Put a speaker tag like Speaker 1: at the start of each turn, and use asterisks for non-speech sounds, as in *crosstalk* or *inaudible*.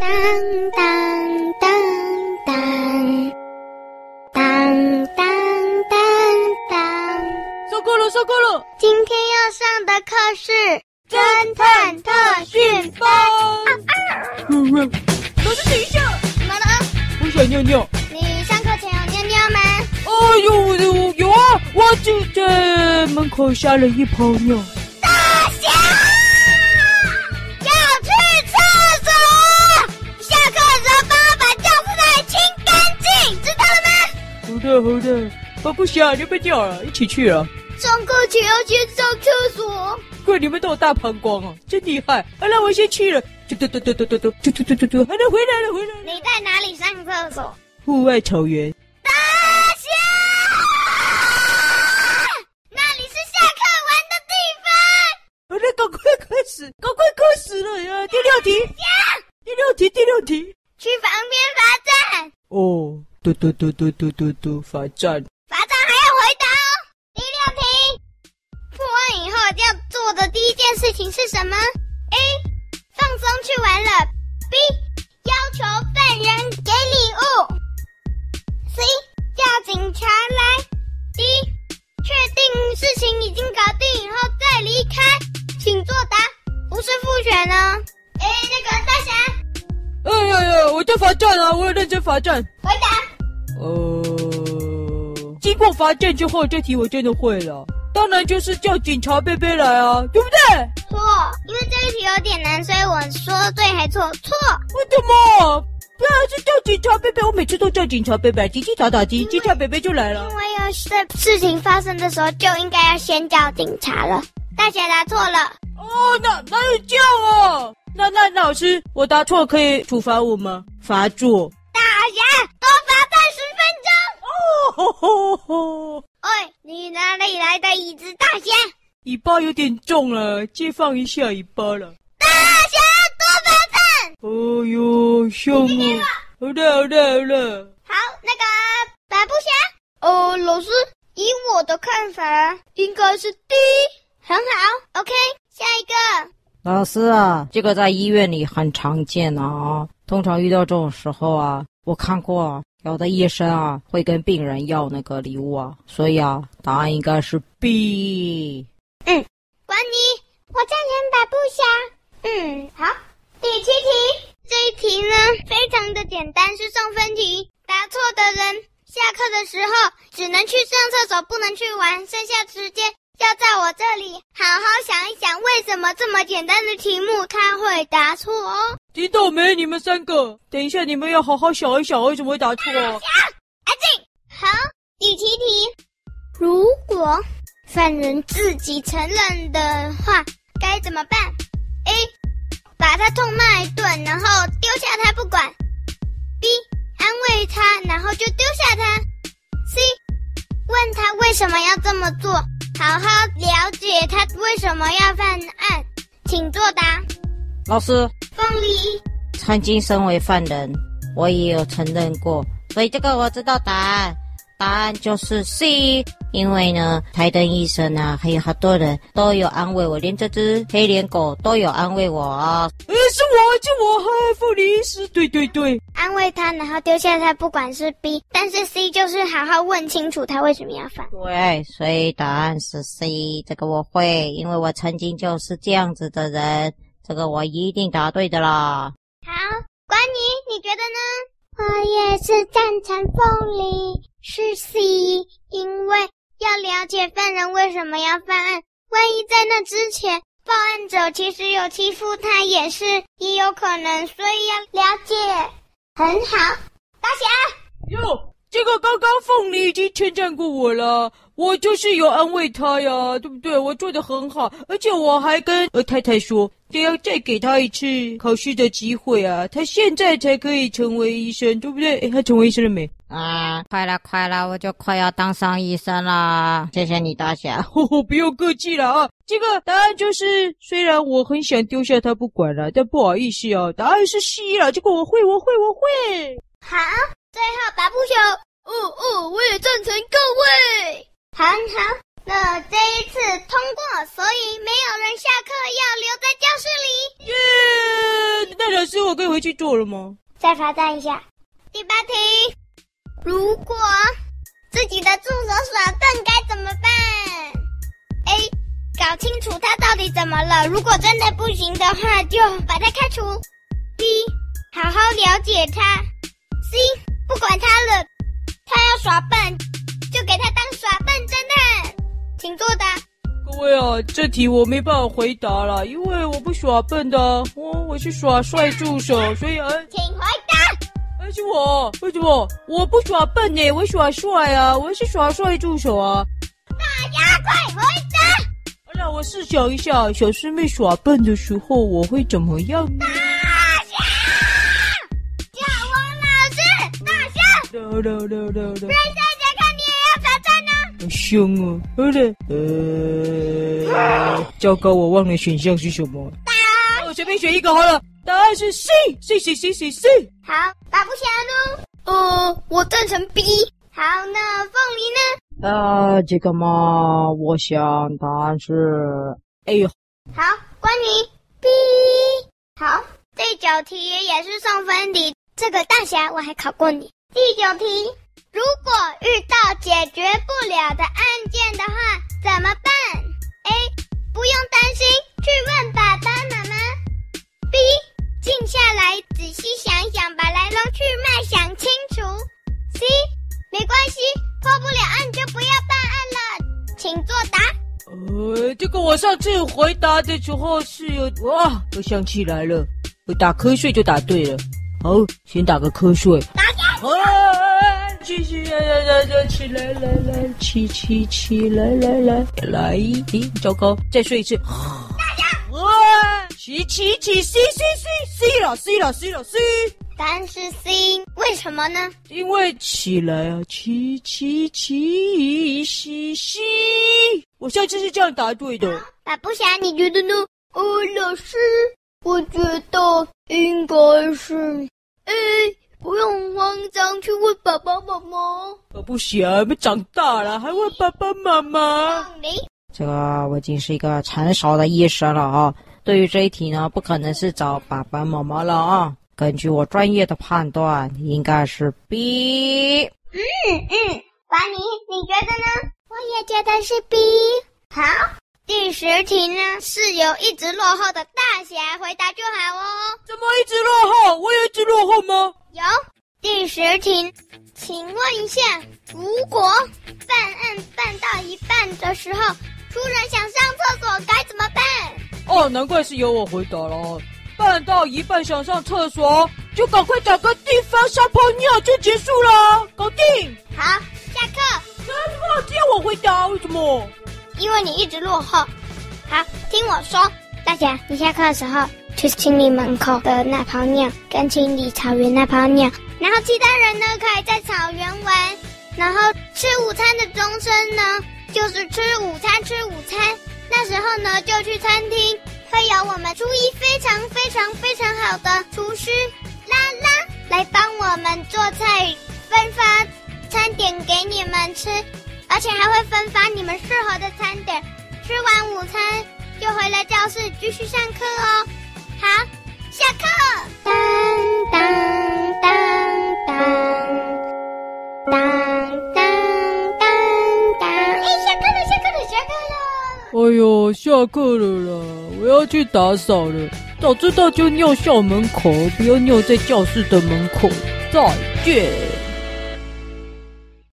Speaker 1: 当当当当当当当当。
Speaker 2: 收咕噜，收咕噜，
Speaker 1: 今天要上的课是侦探特训班。
Speaker 2: 老师等一下，
Speaker 1: 怎么了？
Speaker 2: 我想尿尿。
Speaker 1: 你上课前有尿尿吗？
Speaker 2: 哎呦，有有啊，我就在门口撒了一泡尿。
Speaker 1: 大侠，要去厕所。下课的时候帮我把教室那里清干净，知道了吗？
Speaker 2: 好的好的，我不想你们尿了，一起去啊！
Speaker 1: 上课前要先上厕所。
Speaker 2: 怪你们都有大膀胱啊，真厉害！啊，那我先去了。嘟嘟嘟嘟嘟嘟嘟嘟嘟嘟嘟嘟，还能回来了，回来了。
Speaker 1: 你在哪里上厕所？
Speaker 2: 户外草原，
Speaker 1: 大侠，那里是下课玩的地方。
Speaker 2: 好了，赶快开始，赶快开始了呀！第六题，第六题，第六题。
Speaker 1: 去旁边罚站，
Speaker 2: 哦，嘟嘟嘟嘟嘟嘟嘟，罚站。
Speaker 1: 罚站还要回答哦。第六题，破案以后要做的第一件事情是什么？A. 放松去玩乐；B. 要求犯人给礼物；C. 叫警察来；D. 确定事情已经搞定以后再离开。请作答，不是复选哦。哎，那个大侠，
Speaker 2: 哎呀呀，我在罚站啊，我有认真罚站。
Speaker 1: 回答。
Speaker 2: 呃，经过罚站之后，这题我真的会了。当然就是叫警察贝贝来啊，对不对？
Speaker 1: 错，因为这一题有点难，所以我说对还错。错，
Speaker 2: 为什么？不然还是叫警察贝贝，我每次都叫警察贝贝，叽叽喳喳叽，警察贝贝就来了
Speaker 1: 因。为有事事情发生的时候就应该要先叫警察了。大侠答错了，
Speaker 2: 哦，哪哪有叫啊？那那老师，我答错可以处罚我吗？罚坐。
Speaker 1: 大侠多罚站十分
Speaker 2: 哦吼吼吼，
Speaker 1: 钟。喂，你哪里来的椅子？大侠，
Speaker 2: 尾巴有点重了，借放一下尾巴了。
Speaker 1: 大侠多罚站。
Speaker 2: 哎呦，像哦。好了好了好了，
Speaker 1: 好，那个白布侠，哦，老师，以我的看法，应该是 D，很好，OK，下一个。
Speaker 3: 老师啊，这个在医院里很常见啊、通常遇到这种时候啊，我看过啊有的医生啊会跟病人要那个礼物啊，所以啊，答案应该是 B。
Speaker 1: 管你，我赞成百步侠。嗯，好。第七题，这一题呢非常的简单，是送分题。答错的人下课的时候只能去上厕所，不能去玩，剩下时间要在我这里好好想一想，为什么这么简单的题目他会答错哦。
Speaker 2: 听到没？你们三个，等一下你们要好好想一想，为什么会答错啊？
Speaker 1: 安静。好，第七题，如果犯人自己承认的话，该怎么办？A. 把他痛骂一顿，然后丢下他不管；B. 安慰他，然后就丢下他；C. 问他为什么要这么做，好好了解他为什么要犯案。请作答。
Speaker 3: 老师，
Speaker 1: 凤梨，
Speaker 3: 曾经身为犯人，我也有承认过，所以这个我知道答案，答案就是 C。因为呢，台灯医生啊，还有好多人都有安慰我，连这只黑脸狗都有安慰我啊。
Speaker 2: 哎，是我，是我，嗨，凤梨医师，对对对，
Speaker 1: 安慰他，然后丢下他，不管是 B，但是 C 就是好好问清楚他为什么要犯。
Speaker 3: 对，所以答案是 C，这个我会，因为我曾经就是这样子的人，这个我一定答对的啦。
Speaker 1: 好，关你，你觉得呢？我也是赞成凤梨是 C，因为要了解犯人为什么要犯案，万一在那之前报案者其实有欺负他，也是也有可能，所以要了解。很好，大侠。
Speaker 2: 哟，这个刚刚凤梨已经称赞过我了，我就是有安慰她呀，对不对？我做的很好，而且我还跟呃太太说，得要再给她一次考试的机会啊，她现在才可以成为医生，对不对？诶她成为医生了没？ *laughs*
Speaker 3: 啊，快了快了，我就快要当上医生啦！谢谢你，大侠。
Speaker 2: 吼吼，不用客气了啊！这个答案就是，虽然我很想丢下他不管了，但不好意思啊，答案是 C 了。这个我会，我会，我会。
Speaker 1: 好，最后白不朽，哦哦，我也赞成各位。很好，那这一次通过，所以没有人下课要留在教室里。
Speaker 2: 耶、那老师，我可以回去做了吗？
Speaker 1: 再罚站一下。第八题，如果自己的助手耍笨该怎么办？A. 搞清楚他到底怎么了，如果真的不行的话，就把他开除。B. 好好了解他。C. 不管他了，他要耍笨，就给他当耍笨侦探。请作答。
Speaker 2: 各位啊，这题我没办法回答了，因为我不耍笨的啊，我我是耍帅助手，所以哎
Speaker 1: 请回答。
Speaker 2: 哎是我，为什么我不耍笨呢？我耍帅啊，我是耍帅助手啊。
Speaker 1: 大家哎快回答！
Speaker 2: 哎呀，我试想一下，小师妹耍笨的时候我会怎么样呢？
Speaker 1: 叫我老师，大声！
Speaker 2: 啦啦啦啦啦，
Speaker 1: 大家看你也要罚站呢、
Speaker 2: 好凶哦！好了，呃，糟糕，我忘了选项是什么。那呃我随便选一个好了，答案是 C，C C C C C。
Speaker 1: 好，打不起来喽。呃，我赞成 B。好，那凤梨呢？
Speaker 3: 呃，这个嘛，我想答案是
Speaker 2: 哎呦，
Speaker 1: 好，关于 B。好，第九题也是送分题，这个大侠我还考过你。第九题，如果遇到解决不了的案件的话，怎么办？A. 不用担心，去问爸爸妈妈。B. 静下来，仔细想想，把来龙去脉想清楚。C. 没关系，破不了案就不要办案了，请作答。
Speaker 2: 呃，这个我上次回答的时候是有哇，我想起来了，我打瞌睡就答对了。好，先打个瞌睡。
Speaker 1: 答对。
Speaker 2: 啊，继续来来来来，起来来来，起起起来来来来，咦，糟糕，再睡一次。哇，起起起，C C C C 了 C 了 C 了 C，
Speaker 1: 答案是 C，为什么呢？
Speaker 2: 因为起来啊，起起起，西西，我上次是这样答对的。
Speaker 1: 爸不侠，你觉得呢？呃，老师，我觉得应该是，哎，不用慌张，去问爸爸妈妈。
Speaker 2: 我不行，长大了还问爸爸妈妈。
Speaker 1: 凤梨，
Speaker 3: 这个我已经是一个成熟的医生了啊。对于这一题呢，不可能是找爸爸妈妈了啊。根据我专业的判断，应该是 B。
Speaker 1: 嗯嗯，华尼，你觉得呢？我也觉得是 B。好，第十题呢是由一直落后的大侠回答就好哦。
Speaker 2: 怎么一直落后？我也一直落后吗？
Speaker 1: 有第十题，请问一下，如果办案办到一半的时候，突然想上厕所该怎么办？
Speaker 2: 哦，难怪是由我回答了哦。办到一半想上厕所，就赶快找个地方撒泡尿就结束了，搞定。
Speaker 1: 好，下课，
Speaker 2: 那怎么只有我回答？为什么？
Speaker 1: 因为你一直落后。好，听我说，大侠，你下课的时候去清理门口的那泡尿，跟清理草原那泡尿，然后其他人呢可以在草原玩，然后吃午餐的钟声呢就是吃午餐吃午餐，那时候呢就去餐厅，会有我们厨艺非常非常非常好的厨师拉拉来帮我们做菜，分发餐点给你们吃，而且还会分发你们适合的餐点。吃完午餐就回了教室继续上课哦。好，下课。当当当当当当当当！哎，下课了，下课了，下课了。
Speaker 2: 哎呦，下课了啦，我要去打扫了。早知道就尿校门口，不要尿在教室的门口。再见。